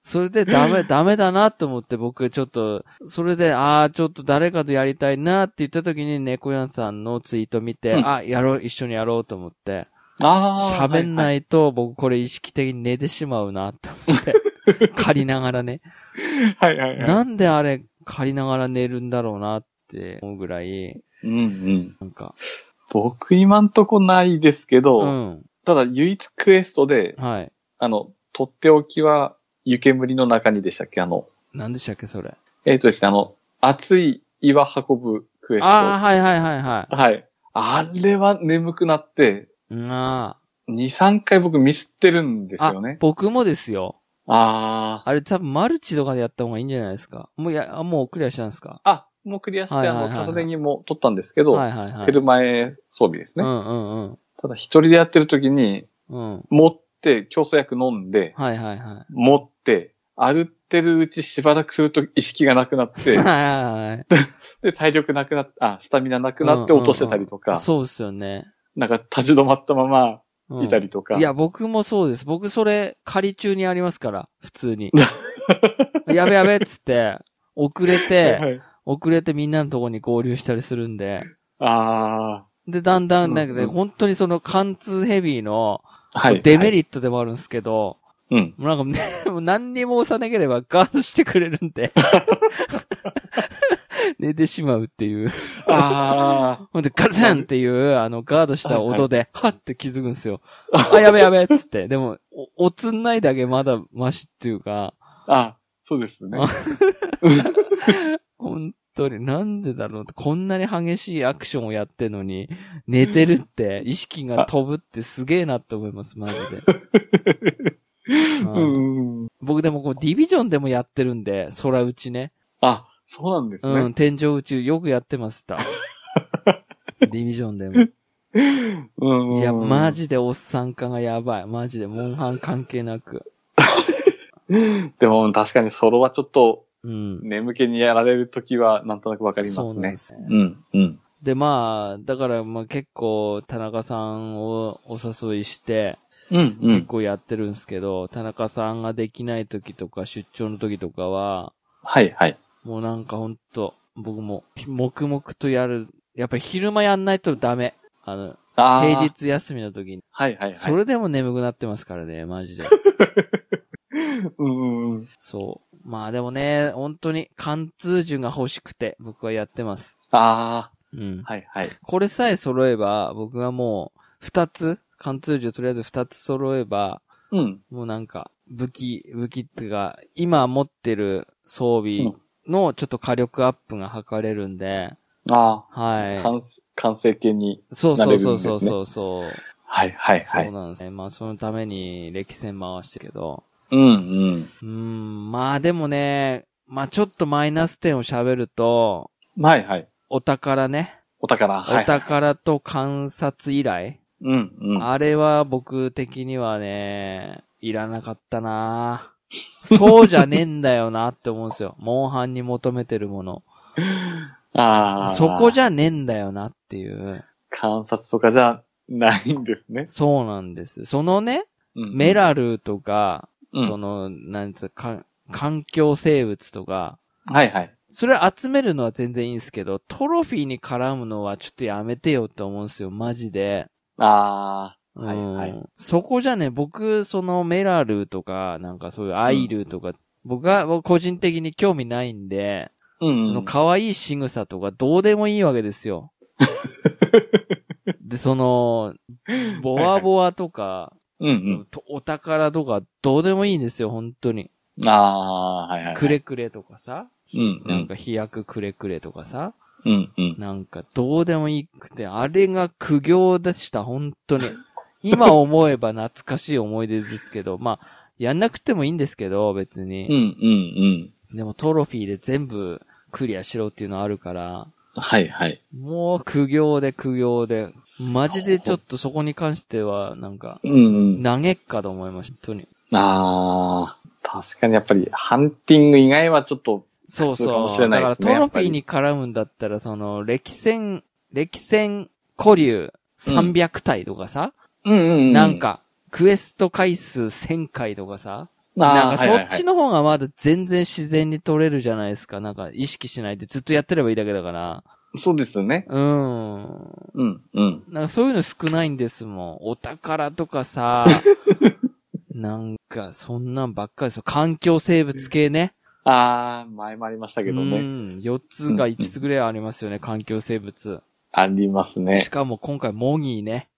Speaker 1: それでダメ、ダメだなと思って僕ちょっと、それで、ああ、ちょっと誰かとやりたいなって言った時に猫やんさんのツイート見て、
Speaker 2: うん
Speaker 1: あ、やろう、一緒にやろうと思って、
Speaker 2: ああ。
Speaker 1: 喋ん
Speaker 2: い。
Speaker 1: ないと僕これ意識的に寝てしまうなと思って、
Speaker 2: <laughs>
Speaker 1: 借りながらね。
Speaker 2: はい、はい、はい。
Speaker 1: なんであれ借りながら寝るんだろうなって思うぐらい、
Speaker 2: うん、うん。
Speaker 1: なんか、
Speaker 2: 僕今んとこないですけど、
Speaker 1: うん、
Speaker 2: ただ唯一クエストで、
Speaker 1: はい。
Speaker 2: あの、とっておきは、湯煙の中にでしたっけあの、
Speaker 1: なんでしたっけ、それ。
Speaker 2: えっ、とですね、あの、熱い岩運ぶクエスト。
Speaker 1: ああ、はいはいはいは
Speaker 2: はい。あれは眠くなって、
Speaker 1: い。なあ。
Speaker 2: 2、3回僕ミスってるんですよね
Speaker 1: あ、。僕もですよ。
Speaker 2: ああ
Speaker 1: あれ多分マルチとかでやった方がいいんじゃないですか。もうや、あもうクリアしたんですか
Speaker 2: あ。あ、もうクリアして、
Speaker 1: はいはいはいはい
Speaker 2: あの、片手にも取ったんですけど、
Speaker 1: はいはいはい。
Speaker 2: テルマエ装備です
Speaker 1: う
Speaker 2: ね。
Speaker 1: んうん
Speaker 2: ただ一人でやってる時に、
Speaker 1: うん。うん。
Speaker 2: 持って、競争薬飲んで、
Speaker 1: はいはいは
Speaker 2: 持って、歩ってるうちしばらくすると意識がなくなっ
Speaker 1: い。
Speaker 2: て
Speaker 1: <laughs> は、いはいはい。
Speaker 2: で、体力なくなっあ、スタミナなくなって落としてたりとか、
Speaker 1: そうですよね。
Speaker 2: なんか立ち止まったまま
Speaker 1: うん
Speaker 2: いたりとか。
Speaker 1: いや、僕もそうです。僕それ、仮中にありますから、普通
Speaker 2: <laughs>
Speaker 1: に。やべやべっつって、遅れ
Speaker 2: はいは
Speaker 1: て、
Speaker 2: い、
Speaker 1: 遅れてみんなのとこに合流したりするんで。
Speaker 2: あ
Speaker 1: で、だんだん、なんかね、
Speaker 2: うんうん
Speaker 1: 本当にその貫通ヘビーの、
Speaker 2: あ、はい。
Speaker 1: デメ
Speaker 2: リ、
Speaker 1: リットでもあるんですけど、
Speaker 2: うん。
Speaker 1: もうなんかね、 <laughs> もう何にも押さなければガードしてくれるんで。 <laughs> 寝てしまうっていう。
Speaker 2: ああ、
Speaker 1: ほんで、ガツンっていう、あの、ガードした音で、はって気づくんですよ。あ、やべやべっつって。でも、お、おつんないだけまだマシっていうか、
Speaker 2: あそうですね
Speaker 1: あ。本当になんでだろうって、こんなに激しいアクションをやってんのに、寝てるって、
Speaker 2: <laughs>
Speaker 1: 意識が飛ぶってすげえなって思います、マジで。
Speaker 2: うん。
Speaker 1: 僕でもこう、ディビジョンでもやってるんで、空打ちね。
Speaker 2: あ、そうなんです
Speaker 1: う
Speaker 2: ね
Speaker 1: ん、。天井宇宙よくやってま
Speaker 2: <laughs>
Speaker 1: した。ディビジョンでも。
Speaker 2: うん。
Speaker 1: いや、マ。ジでおっさん化がやばい。マジで、モンハン関係なく。
Speaker 2: でも確かにソロはちょっと
Speaker 1: うん。
Speaker 2: 眠気にやられるときはなんとなくわかりま
Speaker 1: そう
Speaker 2: す
Speaker 1: なんで
Speaker 2: ね。
Speaker 1: す。
Speaker 2: うん、うん。
Speaker 1: で、まあ、だから、まあ結構、田中さんをお誘いして、
Speaker 2: うん、う
Speaker 1: 結
Speaker 2: ん。
Speaker 1: 構やってるんですけど、田中さんができない時とか、出張の時とかは、
Speaker 2: はい、はい。
Speaker 1: もうなんかほんと、僕も、黙々とやるやっぱり昼間やんないとダメ。あの、
Speaker 2: ああ。
Speaker 1: 平。日休みの時に。
Speaker 2: はいはいはい。
Speaker 1: それでも眠くなってますからね、マジ
Speaker 2: <laughs>
Speaker 1: で。
Speaker 2: うんうんうん。
Speaker 1: そう。まあでもね、本当に貫通順が欲しくて、僕はやってます。
Speaker 2: あ
Speaker 1: うん
Speaker 2: あ。。はいはい。
Speaker 1: これさえ揃えば、僕はもう、二つ、貫通順とりあえず二つ揃えば、
Speaker 2: うん。
Speaker 1: もうなんか、武器、武器っていうか、今持ってる装
Speaker 2: う
Speaker 1: 備
Speaker 2: ん
Speaker 1: のちょっと火力アップが図れるんで、
Speaker 2: ああ。
Speaker 1: は
Speaker 2: 完完成形に。
Speaker 1: い。そう
Speaker 2: 慣
Speaker 1: そ
Speaker 2: れ
Speaker 1: う
Speaker 2: るん
Speaker 1: そ
Speaker 2: で
Speaker 1: う
Speaker 2: すね
Speaker 1: そうそうそう。
Speaker 2: はいはいは
Speaker 1: そう
Speaker 2: い。
Speaker 1: なんですね。まあそのために歴戦回してるけど。
Speaker 2: うんうん。
Speaker 1: うーん、まあでもね、まあちょっとマイナス点を喋ると、
Speaker 2: はいはい。
Speaker 1: お宝ね。
Speaker 2: お宝。はい、はい。
Speaker 1: お。宝と観察依頼。
Speaker 2: うんうん。
Speaker 1: あれは僕的にはね、いらなかったなそうじゃねえんだよなって思うんですよ。 <laughs> モンハンに求めてるもの。
Speaker 2: ああ。
Speaker 1: そこ
Speaker 2: ゃ。
Speaker 1: じゃねえんだよなっていう。
Speaker 2: 観察とかじゃないんですね。
Speaker 1: そうなんです。そのね、
Speaker 2: うん
Speaker 1: メラルとか、
Speaker 2: うん
Speaker 1: その、なんつうか、か環境生物とか、
Speaker 2: はいはい。
Speaker 1: それ集めるのは全然いいんですけど、トロフィーに絡むのはちょっとやめてよって思うんですよ、マジで。
Speaker 2: あ
Speaker 1: うん
Speaker 2: はいはい
Speaker 1: そこじゃね、僕、そのメラルとか、なんかそういうアイルとか、僕が僕個人的に興味ないんで、
Speaker 2: あ。うん、うん。
Speaker 1: その可愛い仕草とかどうでもいいわけですよ。
Speaker 2: <laughs>
Speaker 1: で、その、ボワボワとか、
Speaker 2: うんうん。
Speaker 1: とお宝とかどうでもいいんですよ、本当に。
Speaker 2: ああー、はいはい、はい。
Speaker 1: くれくれとかさ、
Speaker 2: うんうん
Speaker 1: なんか飛躍くれくれとかさ、
Speaker 2: うんうん。
Speaker 1: なんかどうでもいいくて、あれが苦行でした、本当
Speaker 2: <laughs>
Speaker 1: に。今思えば懐かしい思い出ですけど、まあ、やんなくてもいいんですけど、別
Speaker 2: うんう
Speaker 1: に。
Speaker 2: ん
Speaker 1: でもトロフィーで全部クリアしろっていうのあるから、
Speaker 2: うん。はいはい。
Speaker 1: もう苦行で苦行で、マジでちょっとそこに関しては、なんか、
Speaker 2: うんうん。
Speaker 1: 投げっかと思いました、本当に。
Speaker 2: ああ。確かにやっぱり、ハンティング以外はちょっと、
Speaker 1: そう
Speaker 2: そうか
Speaker 1: そ
Speaker 2: も
Speaker 1: う。
Speaker 2: しれ
Speaker 1: だ
Speaker 2: な
Speaker 1: か
Speaker 2: いで
Speaker 1: ら
Speaker 2: す
Speaker 1: ト
Speaker 2: ね
Speaker 1: ロフィーに絡むんだったら、その、歴戦、歴戦古流300体とかさ、
Speaker 2: うんうん、うん。
Speaker 1: なん、か、クエスト回数1000回とかさ、
Speaker 2: あー
Speaker 1: なんかそっち
Speaker 2: の、
Speaker 1: の方がまだ全然自然に取れるじゃないですか。なんか意識しないでずっとやってればいいだけだから。
Speaker 2: そうですよね。
Speaker 1: うーん。
Speaker 2: うんうん。
Speaker 1: なんかそういうの少ないんですもん。お宝とか
Speaker 2: <laughs>
Speaker 1: さ、なんかそんなんばっかりですよ。環境生物系ね。
Speaker 2: ああ、前もありました
Speaker 1: う
Speaker 2: けどね。
Speaker 1: ん。4つが5つぐらいありますよね、環境生物。
Speaker 2: ありますね <laughs>
Speaker 1: し。かも今回モギーね。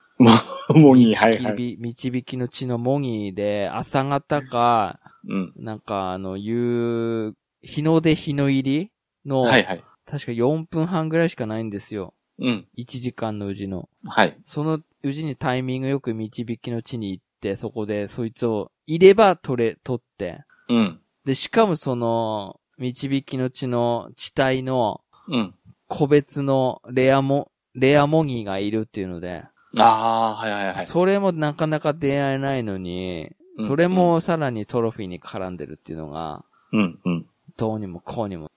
Speaker 2: もに、はいは
Speaker 1: 導
Speaker 2: い。
Speaker 1: き導きの地のモギーで、朝方か、
Speaker 2: うん。
Speaker 1: なんか、あの、夕、日の出日の入りの、
Speaker 2: はいはい。
Speaker 1: 確か4分半ぐらいしかないんですよ。
Speaker 2: うん。
Speaker 1: 1時間のうちの。
Speaker 2: はい。
Speaker 1: そのうちにタイミングよく導きの地に行って、そこでそいつをいれば取れ、取って。
Speaker 2: うん。
Speaker 1: で、しかもその、導きの地の地帯の
Speaker 2: うん。
Speaker 1: 個別のレアモ、レアモギーがいるっていうので、
Speaker 2: ああー、はいはいはい。
Speaker 1: それもなかなか出会えないのに、
Speaker 2: うん
Speaker 1: それもさらにトロフィーに絡んでるっていうのが、
Speaker 2: うんうん。
Speaker 1: どうにもこうにも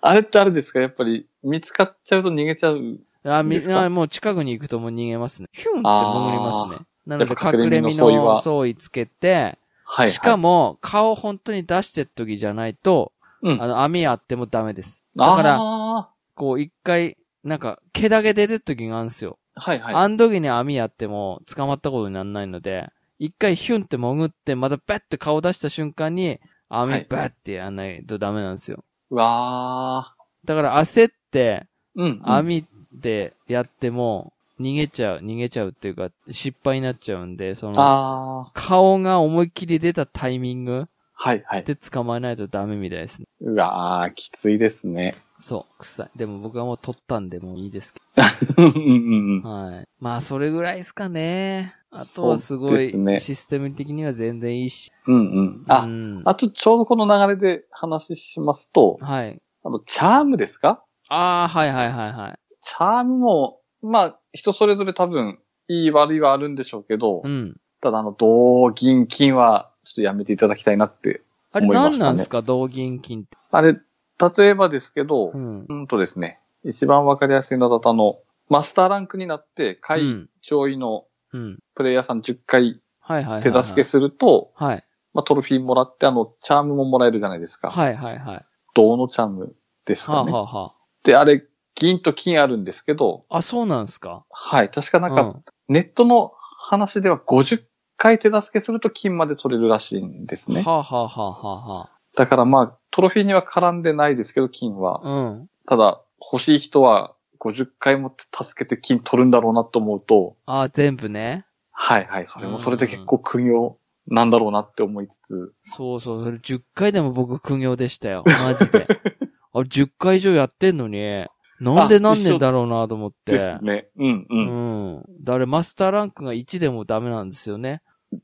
Speaker 2: あれってあれですかやっぱり、見つかっちゃうと逃げちゃう。
Speaker 1: あ、
Speaker 2: いい
Speaker 1: み
Speaker 2: ですか
Speaker 1: あもう近くに行くともう逃げますね。ヒュンって潜りますね。なので
Speaker 2: やっぱ隠
Speaker 1: 隠れ
Speaker 2: れ
Speaker 1: 身
Speaker 2: 身の相違は
Speaker 1: の相違つけて、
Speaker 2: はい、はい。
Speaker 1: しか、も顔本当に出してる時じゃないと、
Speaker 2: うん。
Speaker 1: あの網あってもダメです。だから、
Speaker 2: あ
Speaker 1: こう一回、なんか毛だけ出てる時があるんですよ。
Speaker 2: ーはいはい。
Speaker 1: あの時に網あっても捕まったことにならないので、一回ヒュンって潜って、またバッて顔出した瞬間に、
Speaker 2: は
Speaker 1: 網
Speaker 2: い
Speaker 1: バッてやらないとダメなんですよ。
Speaker 2: うわー
Speaker 1: だから焦って、
Speaker 2: うんうん。
Speaker 1: 網でやっても、逃げちゃう、逃げちゃうっていうか、失敗になっちゃうんで、その、
Speaker 2: ああ、
Speaker 1: 顔が思いっきり出たタイミング
Speaker 2: はいはい。
Speaker 1: で捕まえないとダメみたいですね。
Speaker 2: うわーきついですね。 <laughs>
Speaker 1: そう、臭い。でも僕はもう取ったんで、もういいですけ
Speaker 2: うんうんう
Speaker 1: ど。
Speaker 2: ん。
Speaker 1: はい。まあ、それぐらいですかね。あとはすご
Speaker 2: そうで
Speaker 1: い
Speaker 2: す、ね
Speaker 1: システム的には全然いいし。
Speaker 2: うんうん。あ、
Speaker 1: うん
Speaker 2: あとちょうどこの流れで話しますと、
Speaker 1: はい。
Speaker 2: あの、チャームですか
Speaker 1: ああ、はいはいはいはい。
Speaker 2: チャームも、まあ、人それぞれ多分、いい悪いはあるんでしょうけど、
Speaker 1: うん。
Speaker 2: ただあの、銅、銀、金は、ちょっとやめていただきたいなって。
Speaker 1: あれ
Speaker 2: 思いま
Speaker 1: 何
Speaker 2: したね
Speaker 1: なんですか、同銀金って。
Speaker 2: あれ、例えばですけど、
Speaker 1: う
Speaker 2: うん、
Speaker 1: ん。
Speaker 2: とですね、一番わかりやすいのだとあの、マスターランクになって、
Speaker 1: う
Speaker 2: 会
Speaker 1: ん。
Speaker 2: 長位の
Speaker 1: うん。
Speaker 2: プレイヤーさん10回
Speaker 1: はいはいはい
Speaker 2: 手
Speaker 1: はい。
Speaker 2: 助けすると、
Speaker 1: はい。
Speaker 2: まあ、トロフィーもらって、あの、チャームももらえるじゃないですか。
Speaker 1: はいはいはい。
Speaker 2: 銅のチャームです
Speaker 1: はあ
Speaker 2: かね。
Speaker 1: はあはあ。
Speaker 2: で、あれ、銀と金あるんですけど、
Speaker 1: あ、そうなんですか
Speaker 2: はい。確かなんか、
Speaker 1: うん
Speaker 2: ネットの話では50回手助けすると金まで取れるらしいんですね
Speaker 1: は。あ、はあはあは
Speaker 2: だからまあ、トロフィーには絡んでないですけど、金は。
Speaker 1: あはあ、うん。
Speaker 2: ただ、欲しい人は50回も助けて金取るんだろうなと思うと、
Speaker 1: あ全部ね。
Speaker 2: はいはい、それもそれで結構苦行なんだろうなって思いつつ、
Speaker 1: そうそう、それ10回でも僕苦行でしたよ。マジ
Speaker 2: <laughs>
Speaker 1: で。あれ10回以上やってんのに、なんでなんねんだろうなと思っ
Speaker 2: で
Speaker 1: て
Speaker 2: す。ね。うんう。
Speaker 1: うんん。だからマスターランクが1でもダメなんですよね。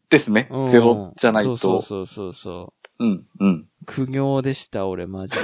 Speaker 2: ですね。
Speaker 1: うん。
Speaker 2: ゼロじゃないと。
Speaker 1: そうそうそうそう。
Speaker 2: うんうん。
Speaker 1: 苦行でした、俺、マ
Speaker 2: <laughs>
Speaker 1: ジで。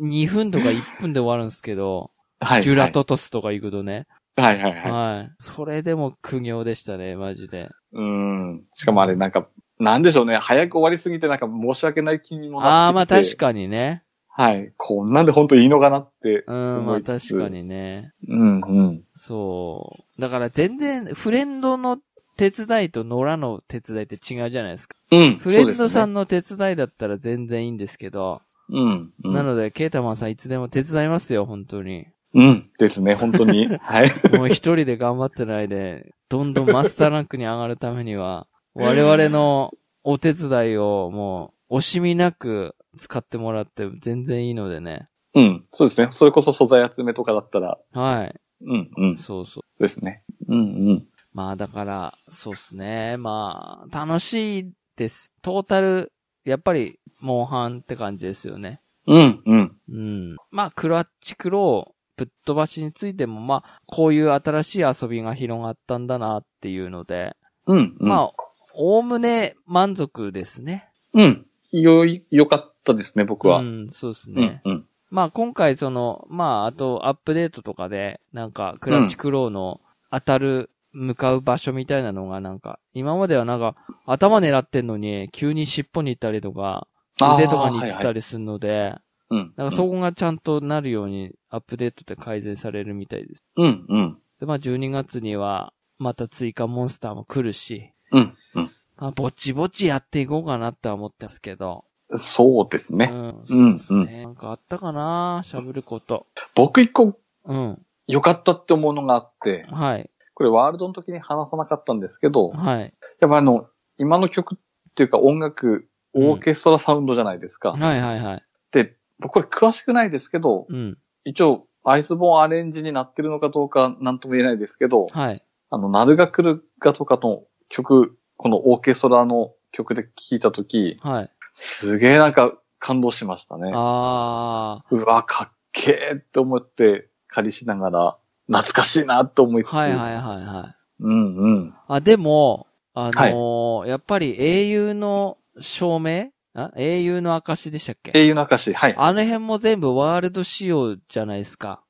Speaker 1: 2分とか1分で終わるんですけど、
Speaker 2: はい、はい。
Speaker 1: ジュラ。トトスとか行くとね。
Speaker 2: はいはいはい。
Speaker 1: はい。それでも苦行でしたね、マジで。
Speaker 2: うん。しかもあれなんか、なんでしょうね。早く終わりすぎてなんか申し訳ない気にも
Speaker 1: あ
Speaker 2: な
Speaker 1: あ、ま
Speaker 2: っ
Speaker 1: あ
Speaker 2: てき
Speaker 1: 確
Speaker 2: て。
Speaker 1: かにね。
Speaker 2: かはい。こんなんで本当いいのかなって。
Speaker 1: うん、ま
Speaker 2: 思
Speaker 1: あ
Speaker 2: いつつ
Speaker 1: 確かにね。
Speaker 2: うんうん。
Speaker 1: そう。だから全然、フレンドの手伝いと野良の手伝いって違うじゃないですか。
Speaker 2: うん。
Speaker 1: フレンドさ
Speaker 2: ん。
Speaker 1: んの手伝いだったら全然いいんですけど、
Speaker 2: うん、うん。
Speaker 1: なので、ケータマンさんいつでも手伝いますよ、本当に。
Speaker 2: うん。ですね。本当 <laughs> に。はい。
Speaker 1: もう一人で頑張ってないで、どんどんマスターランクに上がるためには、我々のお手伝いをもう惜しみなく使ってもらって全然いいのでね。
Speaker 2: うん。そうですね。それこそ素材集めとかだったら。
Speaker 1: は
Speaker 2: うんうん。
Speaker 1: い。そ
Speaker 2: そ
Speaker 1: うそう。
Speaker 2: うですね。うんうん。
Speaker 1: まあだから、そうっすね。まあ、楽しいです。トータル、やっぱり、モンハンって感じですよね。
Speaker 2: うんうん。
Speaker 1: うん。まあ、クラッチクロー、ぶっ飛ばしについても、まあ、こういう新しい遊びが広がったんだなっていうので、
Speaker 2: うん、うん。あ、
Speaker 1: まあ、おおむね満足ですね。
Speaker 2: うん。よい、よかったですね、僕は。
Speaker 1: う
Speaker 2: うん、
Speaker 1: ん、そうです
Speaker 2: う
Speaker 1: ね。
Speaker 2: ん、うん。
Speaker 1: まあ今回その、まああとアップデートとかで、なんかクラッチクローの当たる、向かう場所みたいなのがなんか、今まではなんか頭狙ってんのに急に尻尾に行ったりとか、腕とかに行ってた
Speaker 2: り。
Speaker 1: りするので、
Speaker 2: うん。
Speaker 1: なんかそこがちゃんとなるようにアップデートで改善されるみたいです。
Speaker 2: うん、うん。
Speaker 1: で、まあ12月にはまた追加モンスターも来るし、
Speaker 2: うん、うん。
Speaker 1: まあぼちぼちやっていこうかなっては思ってますけど。
Speaker 2: そうです
Speaker 1: う
Speaker 2: ね。
Speaker 1: ん。
Speaker 2: う
Speaker 1: そうで
Speaker 2: ん
Speaker 1: すね。なんかあったかな喋ること。
Speaker 2: 僕一個
Speaker 1: うん。
Speaker 2: 良かったって思うのがあって、
Speaker 1: はい。
Speaker 2: これワールドの時に話さなかったんですけど、
Speaker 1: はい。
Speaker 2: やっぱあの、今の曲っていうか音楽、オーケストラサウンドじゃないですか。
Speaker 1: はいはいはい。
Speaker 2: で、僕これ詳しくないですけど、
Speaker 1: うん。
Speaker 2: 一応、アイスボーンアレンジになってるのかどうかなんとも言えないですけど、
Speaker 1: はい。
Speaker 2: あの、なるが来るがとかの曲、このオーケストラの曲で聴いたとき、
Speaker 1: はい。
Speaker 2: すげえなんか感動しましたね。
Speaker 1: あ
Speaker 2: うわ、かっけえって思って借りしながら、懐かしいなって思いつつ。
Speaker 1: ー。はいはいはいはい。
Speaker 2: うんうん。
Speaker 1: あ、でも、あのーやっぱり英雄の証明あ英雄の証でしたっけ
Speaker 2: 英雄の証、はい。あ、
Speaker 1: あの辺も全部ワールド仕様じゃないですか。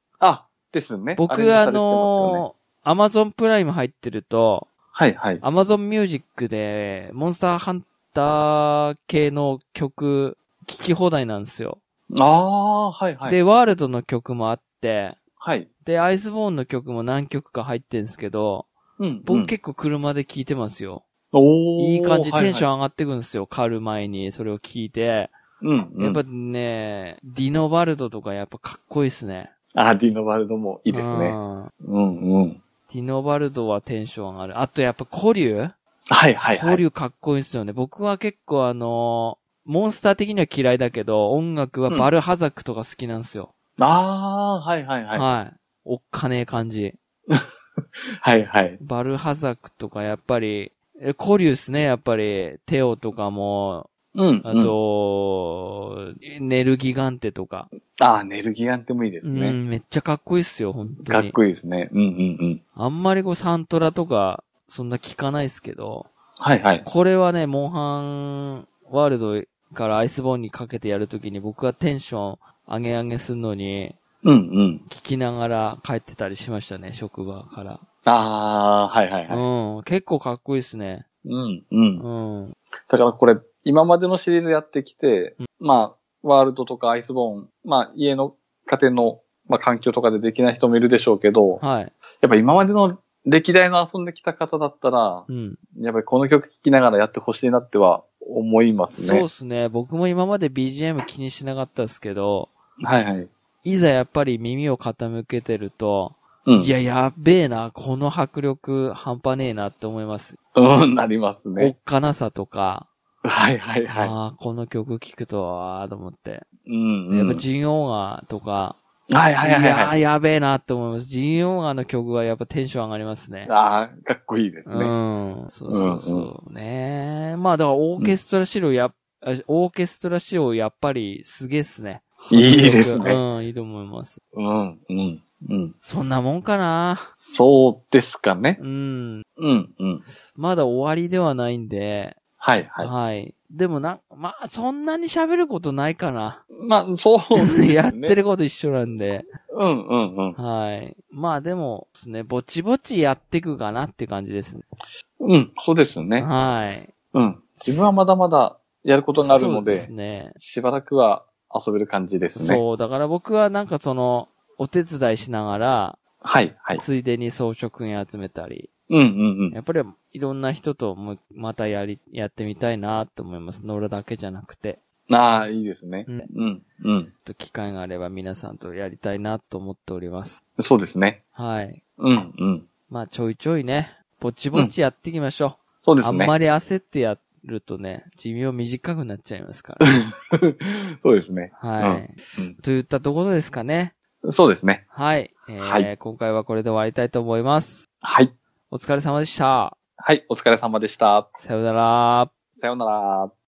Speaker 2: ですね。
Speaker 1: 僕
Speaker 2: アレンジさ
Speaker 1: あ
Speaker 2: れてますよね
Speaker 1: のー、アマゾンプライム入ってると、
Speaker 2: はいはい。
Speaker 1: アマゾンミュージックで、モンスターハンター系の曲、聴き放題なんですよ。
Speaker 2: ああ、はいはい。
Speaker 1: で、ワールドの曲もあって、
Speaker 2: はい。
Speaker 1: で、アイスボーンの曲も何曲か入ってんですけど、
Speaker 2: うん。
Speaker 1: 僕結構車で聴いてますよ。
Speaker 2: 構、おー
Speaker 1: いい感じ、テンション
Speaker 2: ン。
Speaker 1: 上がってくんですよ。狩る前にそれを聴いて。
Speaker 2: うん、うん。
Speaker 1: やっぱね、ディノバルドとかやっぱかっこいいっすね。
Speaker 2: あー、ディノバルドもい
Speaker 1: い
Speaker 2: いです
Speaker 1: デ
Speaker 2: ね。うんうん。
Speaker 1: ィノバルドはテンション上がる。あとやっぱコリュウ
Speaker 2: はいはいは
Speaker 1: コリ
Speaker 2: い。
Speaker 1: ュウかっこいいっすよね。僕は結構あのーモンスター的には嫌いだけど、音楽はバルハザクとか好きなんですよ。
Speaker 2: ああー、はいはいはい。
Speaker 1: はい。おっかねえ感じ。
Speaker 2: はいはい。
Speaker 1: バルハザクとかやっぱり、えコリュウっすね、やっぱり。テオとかも、
Speaker 2: うん。
Speaker 1: あ、と、ネルギガンテとか、
Speaker 2: うん、ああ、ネルギアンテもいいです
Speaker 1: う
Speaker 2: ね。
Speaker 1: ん、めっちゃかっこいいっすよ、本当
Speaker 2: かっ
Speaker 1: に。
Speaker 2: こいいですね。うんうんうん。
Speaker 1: あんまりこうサントラとか、そんな聞かないっすけど、
Speaker 2: はいはい。
Speaker 1: これはね、モンハンワールドからアイスボーンにかけてやるときに僕がテンション上げ上げするのに、
Speaker 2: うんうん。
Speaker 1: 聞きながら帰ってたりしましたね、職場から。
Speaker 2: ああ、はいはいはい。
Speaker 1: うん、結構かっこいいっすね。
Speaker 2: うんうん。
Speaker 1: うん、
Speaker 2: だからこれ、今までのシリーズやってきて、
Speaker 1: う
Speaker 2: まあ、ワールドとかアイスボーン、まあ、家の家庭の、まあ、環境とかでできない人もいるでしょうけど、
Speaker 1: はい。
Speaker 2: やっぱ今までの歴代の遊んできた方だったら、
Speaker 1: うん。
Speaker 2: やっぱりこの曲聴きながらやってほしいなっては思います
Speaker 1: そう
Speaker 2: ね
Speaker 1: っ。すね。僕も今まで BGM 気にしなかったっすけど、
Speaker 2: はいはい。
Speaker 1: いざやっぱり耳を傾けてると、
Speaker 2: うん
Speaker 1: い。や、やっべえな、この迫力半端ねえなって思います。
Speaker 2: うん、なります
Speaker 1: お
Speaker 2: ね
Speaker 1: っ。かなさとか、
Speaker 2: はいはいは
Speaker 1: ああ、この曲聴くと、ああ、と思って。
Speaker 2: い。うん、う
Speaker 1: やっ
Speaker 2: ん。
Speaker 1: ぱジンオーガーとか、
Speaker 2: はいはいはい
Speaker 1: や
Speaker 2: は
Speaker 1: ー、
Speaker 2: い。
Speaker 1: やべえなって思います。ジンオーガーの曲はやっぱテンション上がりますね。
Speaker 2: ああ、かっこいいです
Speaker 1: う
Speaker 2: ね。
Speaker 1: ん。そうそうそう。ねえまあだからオーケストラ仕様や、あオーケストラ仕様やっぱりすげえっすね。
Speaker 2: いいですね
Speaker 1: うん、いいと思います。
Speaker 2: うん、うん、うん。
Speaker 1: そんなもんかな
Speaker 2: そうですかね。
Speaker 1: うん。
Speaker 2: うん、うん。
Speaker 1: まだ終わりではないんで、
Speaker 2: はい
Speaker 1: は。
Speaker 2: はいい。
Speaker 1: でもな、まあそんなに喋ることないかな。
Speaker 2: まあ、そうですね
Speaker 1: やってること一緒なんで。
Speaker 2: うん、うん、うん。
Speaker 1: はい。まあでもですね、ぼちぼちやっていくかなって感じですね。
Speaker 2: うん、そうですね。
Speaker 1: はい。
Speaker 2: うん。自分はまだまだやることがあるの
Speaker 1: そうで
Speaker 2: で、
Speaker 1: すね。
Speaker 2: しばらくは遊べる感じですね。
Speaker 1: そう、だから僕はなんかその、お手伝いしながら、
Speaker 2: はい、はい。
Speaker 1: ついでに装飾品集めたり、
Speaker 2: うん、うん、
Speaker 1: やっぱりいろんな人ともまたやり、やってみたいなと思います。野良だけじゃなくて、
Speaker 2: うん。ああ、いいですね。
Speaker 1: うん
Speaker 2: うん、うん。
Speaker 1: ちょっと機会があれば皆さんとやりたいなと思っております。
Speaker 2: そうですね。
Speaker 1: はい。
Speaker 2: うん、うん。
Speaker 1: まあちょいちょいね、ぼちぼちやっていきましょ
Speaker 2: そう
Speaker 1: う。
Speaker 2: で
Speaker 1: あ
Speaker 2: す
Speaker 1: ん
Speaker 2: ね。
Speaker 1: まり焦ってやるとね、寿命短くなっちゃいますから。
Speaker 2: <laughs> そうですね。
Speaker 1: はい。といったところですかね。
Speaker 2: うん。そうですね。
Speaker 1: はい。えー
Speaker 2: はい
Speaker 1: 今回はこれで終わりたいと思います。
Speaker 2: はい。
Speaker 1: お疲れ様でした。
Speaker 2: はい、お疲れ様でした。
Speaker 1: さようなら。
Speaker 2: さようなら。